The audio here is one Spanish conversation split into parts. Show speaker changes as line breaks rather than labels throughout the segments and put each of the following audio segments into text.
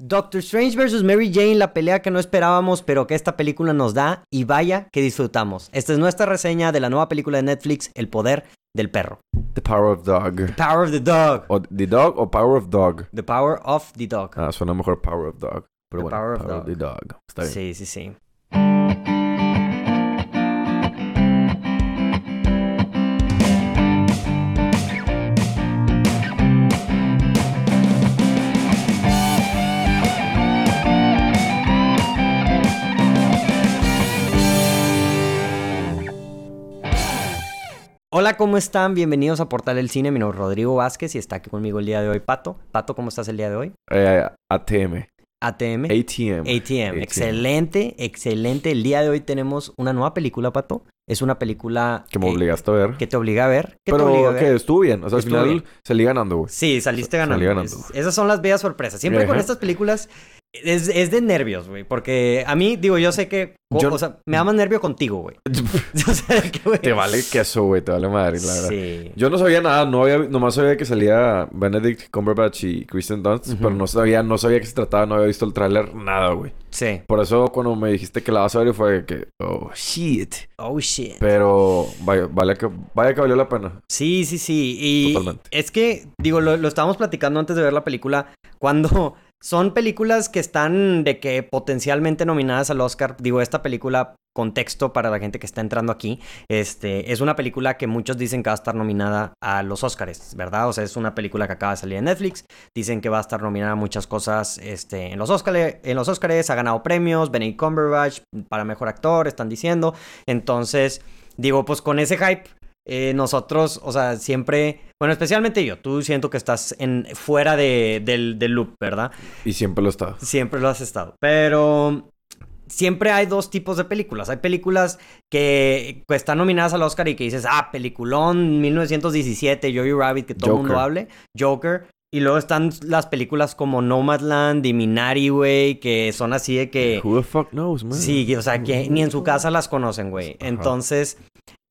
Doctor Strange vs. Mary Jane, la pelea que no esperábamos, pero que esta película nos da, y vaya que disfrutamos. Esta es nuestra reseña de la nueva película de Netflix, El Poder del Perro.
The Power of Dog.
Power of the Dog.
O The Dog o Power of Dog.
The Power of the Dog.
Ah, suena mejor Power of Dog. Pero
The
bueno,
Power of Dog.
the Dog. Está bien.
Sí, sí, sí. Hola, ¿cómo están? Bienvenidos a Portal del Cine. Mi nombre es Rodrigo Vázquez y está aquí conmigo el día de hoy Pato. Pato, ¿cómo estás el día de hoy?
Eh, ATM.
ATM.
ATM.
ATM.
ATM.
Excelente, excelente. El día de hoy tenemos una nueva película, Pato. Es una película
que me
eh,
obligaste a ver.
que te obliga a ver. Que te obliga a
Pero
ver.
que estuvo bien. O sea, al
Estuvo
final
bien.
salí ganando, güey.
Sí, saliste
Sa-
ganando.
salí ganando.
Es- esas son las bellas sorpresas. Siempre con
Ajá.
estas películas es, es de nervios, güey. Porque a mí, digo, yo sé que... o-
Yo-
O sea, me da más nervio contigo, güey. o sea, que, güey...
Te vale queso, güey. Te vale madre, la verdad.
Sí.
Yo no sabía nada, no había, nomás sabía que salía Benedict Cumberbatch y Kristen Dunst,
Ujú.
pero no sabía, no sabía que se trataba, no había visto el tráiler, nada, güey.
Sí.
Por eso cuando me dijiste que la vas a ver fue que, oh, shit.
Oh, shit.
Pero vaya, vale que, vaya que valió la pena.
Sí, sí, sí. Y
Totalmente.
es que, digo, lo, lo estábamos platicando antes de ver la película, cuando son películas que están de que potencialmente nominadas al Oscar, digo, esta película, contexto para la gente que está entrando aquí, este, es una película que muchos dicen que va a estar nominada a los Oscars, ¿verdad? O sea, es una película que acaba de salir en Netflix, dicen que va a estar nominada a muchas cosas este, en los Oscars, en los Oscars ha ganado premios, Benedict Cumberbatch para mejor actor, están diciendo, entonces, digo, pues con ese hype eh, nosotros, o sea, siempre, bueno, especialmente yo, tú siento que estás en, fuera de, del, del loop, ¿verdad?
Y siempre lo está.
Siempre lo has estado. Pero siempre hay dos tipos de películas. Hay películas que que están nominadas al Oscar y que dices, ah, peliculón 1917, Joey Rabbit, que todo el mundo
Joker.
hable, Joker. Y luego están las películas como Nomadland y Minari, güey, que son así de que...
Who the fuck knows, man?
Sí, o sea, que ni en su casa las conocen, güey.
Mm. Ajá.
Entonces,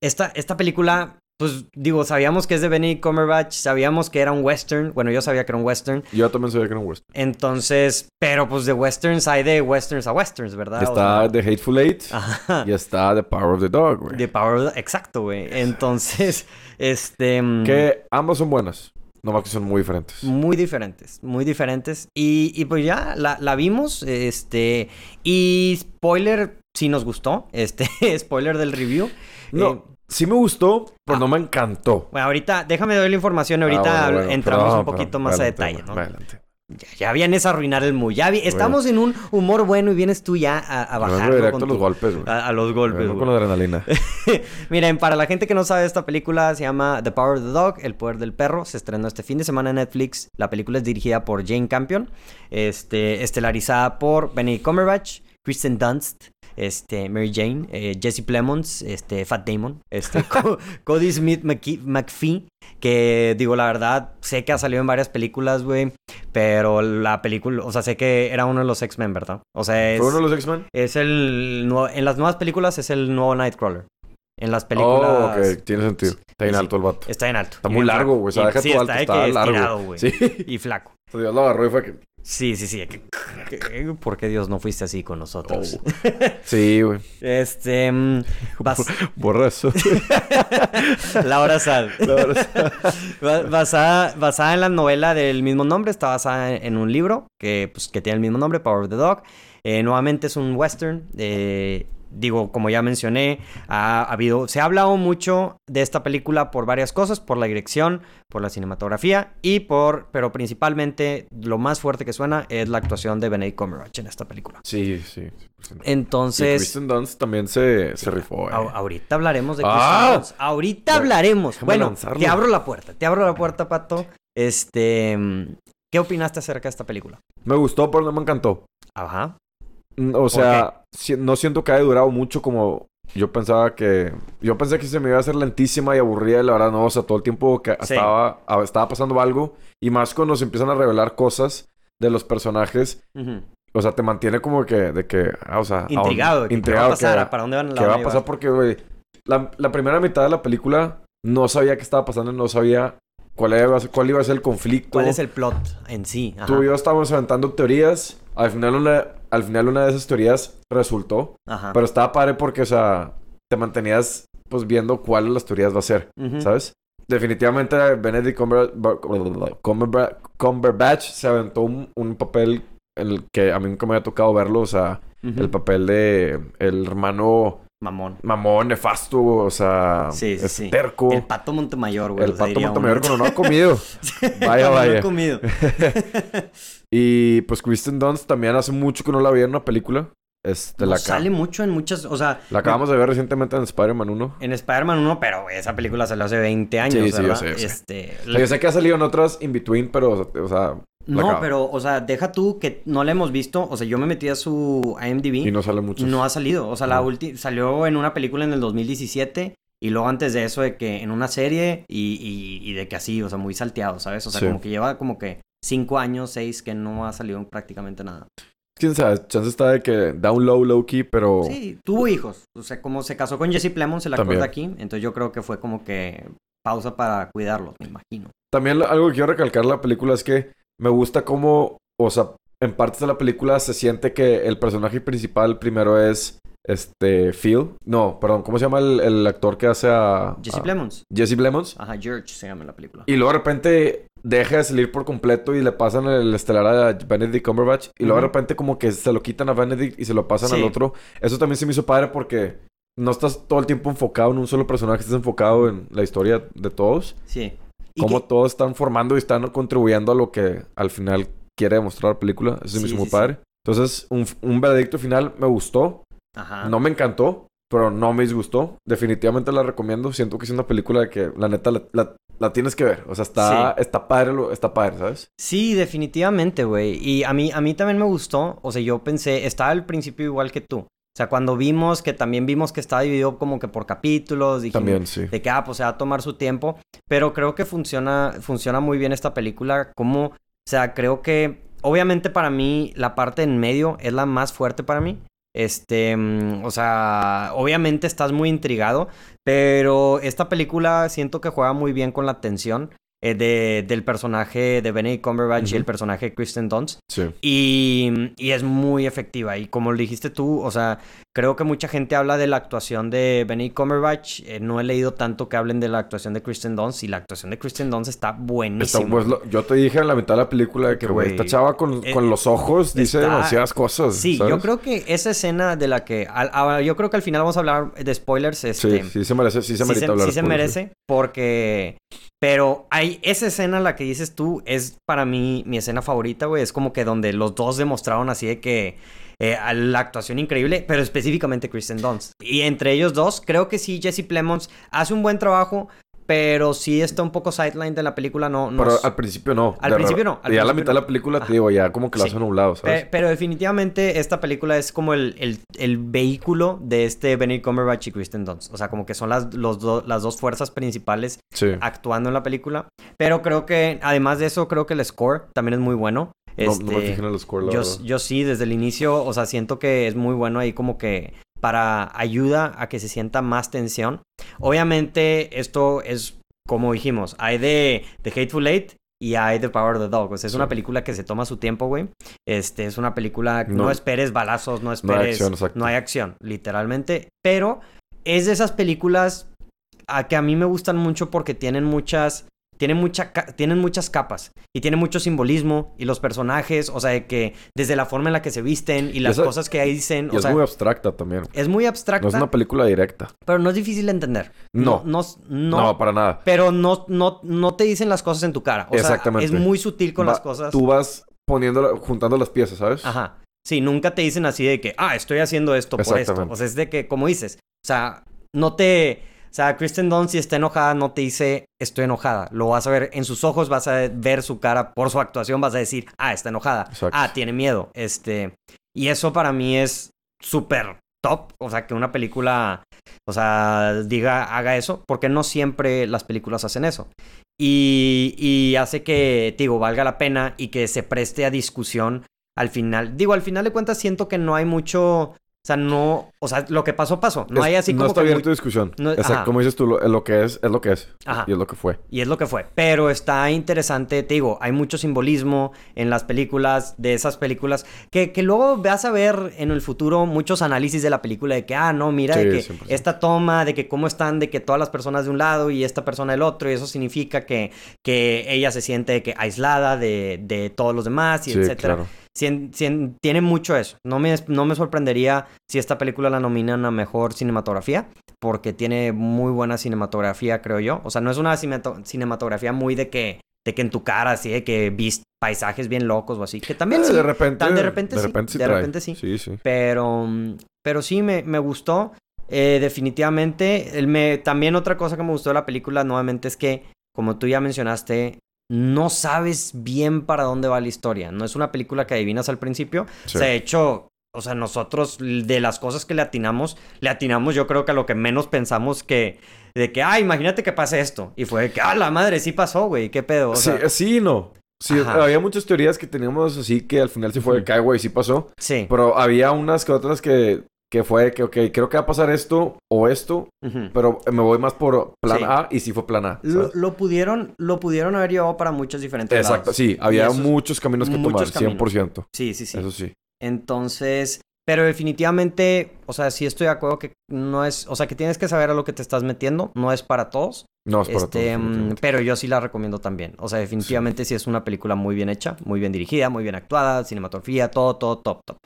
esta, esta película, pues digo, sabíamos que es de Benny Cumberbatch, sabíamos que era un western, bueno, yo sabía que era un western,
Yo también sabía que era un western.
entonces, pero pues de westerns hay de westerns a westerns, ¿verdad? O
está The Hateful Eight
sea, ajá.
y está The Power of the Dog, güey.
De Power, exacto, güey. Entonces, este... mm,
Que ambas son buenas, nomás que son muy diferentes.
Muy diferentes, muy diferentes. Y, y pues ya la, la vimos. Este. Y spoiler, si nos gustó. Este, spoiler del review.
No,
eh,
sí me gustó, pero
ah.
no me encantó.
Bueno, ahorita, déjame doy la información, ahorita
Ah, bueno, bueno,
entramos
perdón,
un poquito
perdón,
más a
adelante,
detalle, ¿no?
Adelante.
Ya, ya vienes a arruinar el mood, ya vi- estamos en un humor bueno y vienes tú ya a, a
Yo vengo
bajarlo
directo
con
a los
tu-
golpes, güey.
a- a los golpes,
Vengo
güey.
con la adrenalina.
Miren, para la gente que no sabe, esta película se llama The Power of the Dog, El Poder del Perro. Se estrenó este fin de semana en Netflix. La película es dirigida por Jane Campion, este, estelarizada por Benedict Cumberbatch, Kristen Dunst, este, Mary Jane, eh, Jesse Plemons, este, Fat Damon, este, Co- Cody Smith McKee- McPhee, que digo, la verdad, sé que ha salido en varias películas, güey, pero la película, o sea, sé que era uno de los X-Men, ¿verdad? O sea, es...
¿Fue uno de los X-Men?
Es el nuevo- en las nuevas películas es el nuevo Nightcrawler. En las películas
Oh, ok, tiene sentido. Está bien
Sí.
alto el vato.
está en alto.
Está muy
Y-
largo, güey. O sea,
y-
deja
sí,
tu
está
alto.
de
Está
que estirado,
largo.
güey.
Sí.
Y flaco.
O sea, Dios lo agarró y fue que.
Sí, sí, sí. ¿Por qué Dios no fuiste así con nosotros?
Oh. Sí, güey.
Este mm, bas-
Borra eso.
Laura Sad.
La verdad.
Ba- Basada, basada en la novela del mismo nombre, está basada en un libro que, pues, que tiene el mismo nombre, Power of the Dog. Eh, nuevamente es un western. eh, digo, como ya mencioné, ha, habido, se ha hablado mucho de esta película por varias cosas, por la dirección, por la cinematografía y por, pero principalmente lo más fuerte que suena es la actuación de Benedict Cumberbatch en esta película.
sí, sí. Y
Entonces,
Kristen Dunst también se, se rifó, eh. güey.
Au- ahorita hablaremos de Kristen
¡Ah!
Dunst. Ahorita
Ya,
hablaremos.
déjame
Bueno,
lanzarlo.
te abro la puerta. Te abro la puerta, Pato. Este, mm, ¿qué opinaste acerca de esta película?
Me gustó, pero no me encantó.
Ajá.
Mm, O sea, si- no siento que haya durado mucho como yo pensaba que... Yo pensé que se me iba a hacer lentísima y aburrida y la verdad no. O sea, todo el tiempo que
Sí.
estaba, a- estaba pasando algo. Y más cuando se empiezan a revelar cosas de los personajes.
Ujú.
O sea, te mantiene como que... De que ah, o sea, ¿a
Intrigado.
dónde-
¿Qué
Intrigado.
va a pasar?
que-
¿Para dónde van? la
¿Qué va
van
a
llevar?
pasar? Porque, güey, la, la primera mitad de la película no sabía qué estaba pasando, no sabía cuál iba a ser, cuál iba a ser el conflicto.
¿Cuál es el plot en sí? Ajá.
Tú y yo estábamos aventando teorías. Al final, una, al final una de esas teorías resultó.
Ajá.
Pero estaba padre porque, o sea, te mantenías pues viendo cuál de las teorías va a ser,
Ujú.
¿sabes? Definitivamente Benedict Cumber- Cumberba- Cumberbatch, se aventó un, un papel en el que a mí nunca me había tocado verlo, o sea,
Ujú.
el papel de el hermano
Mamón.
mamón, nefasto, o sea,
Sí, sí,
es
sí.
terco,
El pato Montemayor, güey.
el
o sea,
pato
diría
Montemayor
uno.
cuando no ha comido.
Cuando
Vaya,
No he
vaya.
comido.
Y pues Kristen Dunst también hace mucho que no la veía en una película. Este, la,
Pues
acab-
sale mucho en muchas. O sea,
la acabamos de ver recientemente en Spider-Man 1.
en Spider-Man 1, pero güey, esa película salió hace 20 años,
Sí, sí, yo
¿verdad?
sé, yo sé.
Este,
O sea, yo sé que ha salido en otras in between, pero, o sea, la
No,
acabo.
pero, o sea, deja tú que no la hemos visto. O sea, yo me metí a su IMDb.
y no sale mucho.
No ha salido. O sea, la
No.
ulti- salió en una película en el 2017 y luego antes de eso de que en una serie y, y- y de que así, o sea, muy salteado, ¿sabes? O sea,
Sí.
como que lleva como que cinco años, seis que no ha salido en prácticamente nada.
Quién sabe, chance está de que da un low, low key, pero
Sí, tuvo hijos. O sea, como se casó con Jesse Plemons, el actor
Oh. También.
de aquí, entonces yo creo que fue como que pausa para cuidarlos, me imagino.
también lo- algo que quiero recalcar de la película es que me gusta cómo, o sea, en partes de la película se siente que el personaje principal primero es este Phil. No, perdón, ¿cómo se llama el, el actor que hace a
Jesse
a-
Plemons.
Jesse Plemons?
Ajá, George se llama en la película.
Ah. Y luego de repente deja de salir por completo y le pasan el estelar a Benedict Cumberbatch. Y luego de
Ujú.
repente como que se lo quitan a Benedict y se lo pasan
Sí.
al otro. Eso también se me hizo padre porque no estás todo el tiempo enfocado en un solo personaje. Estás enfocado en la historia de todos.
Sí. Y
Cómo
que-
todos están formando y están contribuyendo a lo que al final quiere demostrar la película. Eso se me
Sí,
hizo
sí,
muy
sí.
padre. Entonces, un, un veredicto final me gustó.
Ajá.
No me encantó, pero no me disgustó. Definitivamente la recomiendo. Siento que es una película que la neta la, la- la tienes que ver. O sea, está, está padre, lo- está padre, ¿sabes?
Sí, definitivamente, güey. Y a mí, a mí también me gustó. O sea, yo pensé, estaba al principio igual que tú. O sea, cuando vimos que también vimos que estaba dividido como que por capítulos, dijimos
También, sí.
de que, ah, pues se va a tomar su tiempo. Pero creo que funciona, funciona muy bien esta película. Como, o sea, creo que, obviamente para mí, la parte en medio es la más fuerte para mí. Este, mm, o sea, obviamente estás muy intrigado, pero esta película siento que juega muy bien con la tensión eh, de- del personaje de Benedict Cumberbatch y
Ujú.
el personaje de Kristen Dunst.
Sí.
Y, y es muy efectiva. Y como lo dijiste tú, o sea, creo que mucha gente habla de la actuación de Benny Cumberbatch. Eh, no he leído tanto que hablen de la actuación de Kristen Dunst. Y la actuación de Kristen Dunst está
Está-
buenísima.
pues, lo- yo te dije en la mitad de la película que,
Que,
güey,
güey,
esta chava con,
eh,
con los ojos dice
está-
demasiadas cosas.
Sí,
¿sabes?
yo creo que esa escena de la que... al- a- yo creo que al final vamos a hablar de spoilers.
Sí,
Este,
sí se merece, sí
sí
se merece
se,
hablar.
sí se
por eso.
merece porque... Pero hay esa escena, la que dices tú, es para mí mi escena favorita, güey. Es como que donde los dos demostraron así de que eh, a la actuación increíble, pero específicamente Kristen Dunst. Y entre ellos dos, creo que sí, Jesse Plemons hace un buen trabajo, pero sí está un poco sideline de la película, no... no
Pero ah,
es-
al principio no.
Al
De-
principio no, al
ya a la
principio
mitad de
no.
la película, te
Ajá.
digo, ya como que la
Sí.
hacen a un lado,
Pe-
¿sabes?
Pero, definitivamente esta película es como el, el- el vehículo de este Benedict Cumberbatch y Kristen Dunst. O sea, como que son las, los do- las dos fuerzas principales
sí.
actuando en la película. Pero creo que, además de eso, creo que el score también es muy bueno.
No-
Este,
No, me fijé en el score, la
yo,
verdad.
yo sí, desde el inicio, o sea, siento que es muy bueno ahí como que para ayuda a que se sienta más tensión. Obviamente, esto es, como dijimos, hay de, de Hateful Eight y hay de Power of the Dog. O sea, es
Sí.
una película que se toma su tiempo, güey. Este, es una película... No,
No.
esperes balazos, no
No hay
esperes...
acción, exacto.
no hay acción, literalmente. Pero es de esas películas a que a mí me gustan mucho porque tienen muchas tienen, mucha, ca- tienen muchas capas y tienen mucho simbolismo y los personajes, o sea, de que desde la forma en la que se visten y las
esa-
cosas que ahí dicen,
Y
o
es
sea,
muy abstracta también.
es muy abstracta,
No es una película directa.
pero no es difícil de entender.
No.
No, no,
No, para nada.
pero no, no, no te dicen las cosas en tu cara. O
Exactamente.
sea, es muy sutil con
Va-
las cosas.
Tú vas poniendo, la- juntando las piezas, ¿sabes?
Ajá. Sí, nunca te dicen así de que, ah, estoy haciendo esto por esto.
Exactamente.
O sea, es de que, como dices, o sea, no te. O sea, Kristen Dunst, si está enojada, no te dice, estoy enojada. Lo vas a ver en sus ojos, vas a ver su cara por su actuación, vas a decir, ah, está enojada.
Exacto.
Ah, tiene miedo. Este. Y eso para mí es súper top. O sea, que una película, o sea, diga, haga eso, porque no siempre las películas hacen eso. Y, y hace que, te digo, valga la pena y que se preste a discusión al final. Digo, al final de cuentas siento que no hay mucho O sea, no, o sea, lo que pasó, pasó. No
Es-
hay así
no
como
está
que muy-
abierto a discusión.
no-
o sea,
ajá. Ah.
como dices tú, lo, lo que es, es lo que es.
Ajá.
Y es lo que fue.
Y es lo que fue. Pero está interesante, te digo, hay mucho simbolismo en las películas, de esas películas, que, que luego vas a ver en el futuro muchos análisis de la película de que, ah, no, mira,
Sí,
de que
100%.
esta toma, de que cómo están, de que todas las personas de un lado y esta persona del otro, y eso significa que, que ella se siente de que aislada de, de todos los demás, y
sí,
etcétera.
claro.
Sien- sien- tiene mucho eso. No me, no me sorprendería si esta película la nominan a mejor cinematografía, porque tiene muy buena cinematografía, creo yo. O sea, no es una cineto- cinematografía muy de que, de que en tu cara, así de que viste paisajes bien locos o así, que también
Eh,
sí.
de repente,
tan de repente sí, de
trae.
repente sí.
Sí, sí.
Pero, mm, pero sí, me, me gustó. eh, definitivamente. El me, también otra cosa que me gustó de la película nuevamente es que, como tú ya mencionaste, no sabes bien para dónde va la historia. No es una película que adivinas al principio.
Sí.
O sea, de hecho, o sea, nosotros l- de las cosas que le atinamos, le atinamos yo creo que a lo que menos pensamos que... De que, ah, imagínate que pase esto. Y fue de que, ah, la madre, sí pasó, güey. ¿Qué pedo? O
Sí,
sea,
eh, sí y no. Sí,
Ajá.
había muchas teorías que teníamos así que al final sí fue de que, "Ay, güey, sí pasó.
sí.
Pero había unas que otras que, que fue de que, ok, creo que va a pasar esto o esto,
Ujú.
pero me voy más por plan
Sí.
A y sí fue plan A.
Lo,
¿sabes?
lo pudieron, lo pudieron haber llevado para muchos diferentes
Exacto,
lados.
sí, había
eso es-
muchos caminos que tomar,
muchos caminos.
100%.
Sí, sí, sí.
Eso sí.
Entonces, pero definitivamente, o sea, sí estoy de acuerdo que no es, o sea, que tienes que saber a lo que te estás metiendo, no es para todos,
No, es para todos,
este, mm,
definitivamente.
pero yo sí la recomiendo también, o sea, definitivamente sí. es una película muy bien hecha, muy bien dirigida, muy bien actuada, cinematografía, todo, todo, top, top.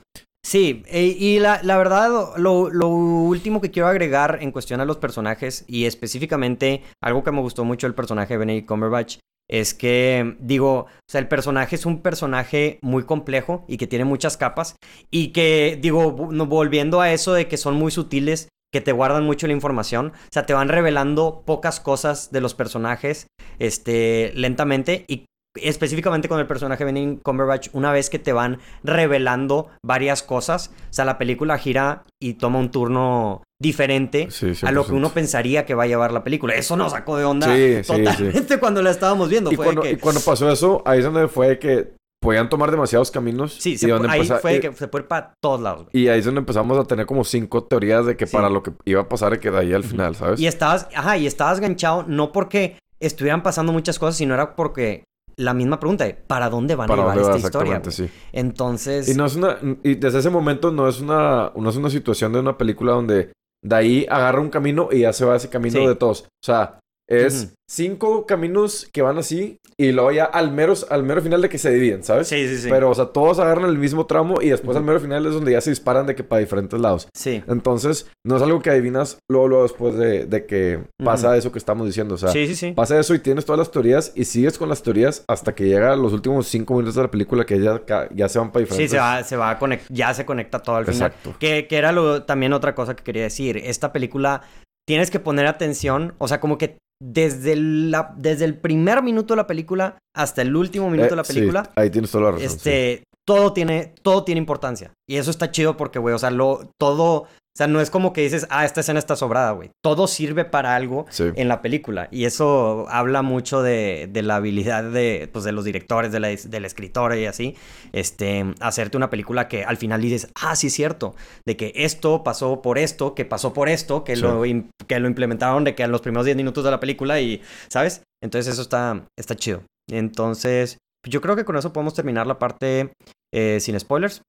Sí, e- y la, la verdad, lo, lo último que quiero agregar en cuestión a los personajes, y específicamente algo que me gustó mucho del personaje de Benedict Cumberbatch, es que, digo, o sea, el personaje es un personaje muy complejo y que tiene muchas capas, y que, digo, vo- no- volviendo a eso de que son muy sutiles, que te guardan mucho la información, o sea, te van revelando pocas cosas de los personajes, este, lentamente, y específicamente con el personaje de Benedict Cumberbatch, una vez que te van revelando varias cosas, o sea, la película gira y toma un turno diferente
Sí,
a lo que
100%.
uno pensaría que va a llevar la película. Eso nos sacó de onda
Sí, sí,
totalmente cuando la estábamos viendo.
y,
fue
cuando,
de que,
y cuando pasó eso, ahí es donde fue de que podían tomar demasiados caminos.
sí,
y
se
donde eh,
fue- ahí
empeza-
fue de
y-
que se fue para todos lados. güey.
Y ahí es donde empezamos a tener como cinco teorías de que
Sí.
para lo que iba a pasar, que de ahí al
Ujú.
final, ¿sabes?
Y estabas, ajá, y estabas ganchado no porque estuvieran pasando muchas cosas, sino era porque la misma pregunta de ¿para dónde van a llevar esta historia? güey?
sí.
Entonces,
Y no es una, y desde ese momento no es una, no es una situación de una película donde de ahí agarra un camino y ya se va ese camino
Sí.
de todos. O sea, es
Ujú.
cinco caminos que van así y luego ya al mero, al mero final de que se dividen, ¿sabes?
sí, sí, sí.
Pero, o sea, todos agarran el mismo tramo y después al
Ujú.
mero final es donde ya se disparan de que para diferentes lados.
sí.
Entonces, no es algo que adivinas luego, luego después de, de que pasa eso que estamos diciendo. O sea,
sí, sí, sí.
Pasa eso y tienes todas las teorías y sigues con las teorías hasta que llega los últimos cinco minutos de la película que ya, ca- ya se van para
Sí,
diferentes.
se va, se va a conect- ya se conecta todo al final.
Exacto.
Que, que era lo, también otra cosa que quería decir. Esta película tienes que poner atención, o sea, como que desde, la, desde el primer minuto de la película hasta el último minuto
Eh,
de la
sí,
película,
ahí tienes toda la razón. sí.
este, todo, tiene, todo tiene importancia. Y eso está chido porque, güey, o sea, lo, todo, o sea, no es como que dices, ah, esta escena está sobrada, güey. Todo sirve para algo
Sí.
en la película. Y eso habla mucho de, de la habilidad de, pues, de los directores, de la, del escritor y así. Este, hacerte una película que al final dices, ah, sí es cierto, de que esto pasó por esto, que pasó por esto, que,
Sí.
lo, im- que lo implementaron de que en los primeros 10 minutos de la película y, ¿sabes? Entonces eso está, está chido. Entonces, yo creo que con eso podemos terminar la parte eh, sin spoilers.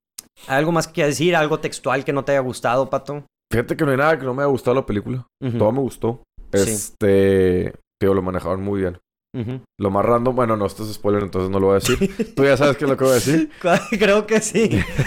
¿Algo más que quieras decir? ¿Algo textual que no te haya gustado, Pato?
Fíjate que no hay nada que no me haya gustado la película.
Ujú,
Todo me gustó.
Sí.
Este. Tío, lo manejaron muy bien.
ujú.
Lo más random, bueno, no, esto es spoiler, entonces no lo voy a decir. Tú ya sabes qué es lo que voy a decir.
Creo que sí.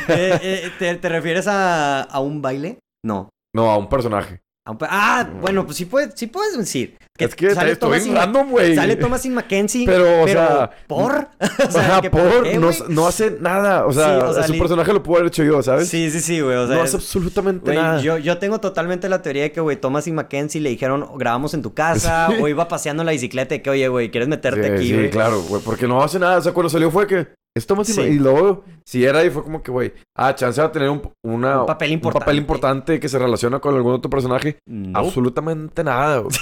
Eh, eh, ¿te, te refieres a, a un baile? No.
No, a un personaje.
A un pa- ah, bueno, pues sí puedes, sí puedes decir.
es que
sale
estoy
Thomasin-
bien random, güey.
Sale Thomasin Mackenzie. Pero,
Pero, o sea.
¿por? O sea,
ajá,
que
por,
qué,
no,
güey?
no hace nada. O sea,
Sí, o sea,
su
li-
personaje lo pudo haber hecho yo, ¿sabes?
Sí, sí, sí, güey. O sea,
no
es-
hace absolutamente
güey,
nada.
yo, yo tengo totalmente la teoría de que, güey, Thomas y Mackenzie le dijeron, grabamos en tu casa, o iba paseando en la bicicleta, de que, oye, güey, ¿quieres meterte
Sí,
aquí,
sí,
güey?
claro, güey, porque no hace nada. O sea, cuando salió fue que esto más
Sí.
y luego, si era ahí, fue como que, güey, ah, chance va a tener un, una-
Un papel importante.
importante que se relaciona con algún otro personaje.
No.
Absolutamente nada, güey.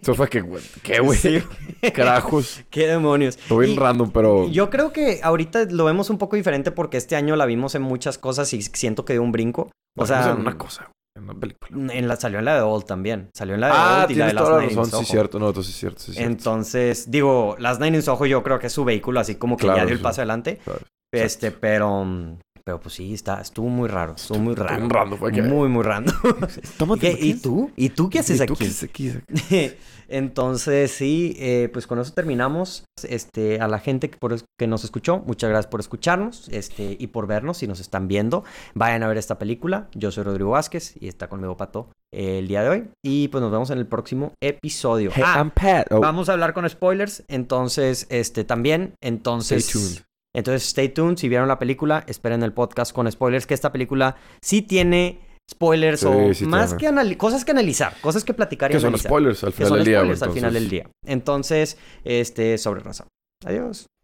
Eso fue que, güey, qué, güey,
Sí,
carajos.
qué demonios.
Estuvo bien
Y-
random, pero.
Yo creo que ahorita lo vemos un poco diferente porque este año la vimos en muchas cosas y siento que dio un brinco. O sea,
en una cosa, en una película.
En la, salió en la de Old también. Salió en la de
Ah,
Old y la de
tienes
Last
toda la
Night in
razón,
Soho.
sí, cierto, no, entonces sí, cierto, sí, cierto.
Entonces, digo, Last Night in Soho yo creo que es su vehículo, así como que ya
Claro,
dio el
sí.
paso adelante.
Claro,
Este, pero... mm, Pero pues sí, está, estuvo muy raro. Estuvo muy
Estoy
raro.
un random, fue que-
Muy, muy random. ¿Y,
Tómate,
qué- y tú? ¿Y tú qué haces
¿Y tú
aquí?
qué haces aquí?
Entonces, sí, eh, pues con eso terminamos. Este, a la gente que, por es- que nos escuchó, muchas gracias por escucharnos este, y por vernos. Si nos están viendo, vayan a ver esta película. Yo soy Rodrigo Vázquez y está conmigo Pato eh, el día de hoy. Y pues nos vemos en el próximo episodio.
Hey,
Ah,
I'm Pat. Oh,
vamos a hablar con spoilers. Entonces, este también.
stay
Entonces.
tuned.
Entonces, stay tuned. Si vieron la película, esperen el podcast con spoilers, que esta película sí tiene spoilers
Sí,
o
sí
más
tiene.
que anali- cosas que analizar, cosas que platicar y
Que son
analizar.
spoilers al
que
final
son
del día. güey,
spoilers al final
entonces.
del día. Entonces, este, sobre raza. Adiós.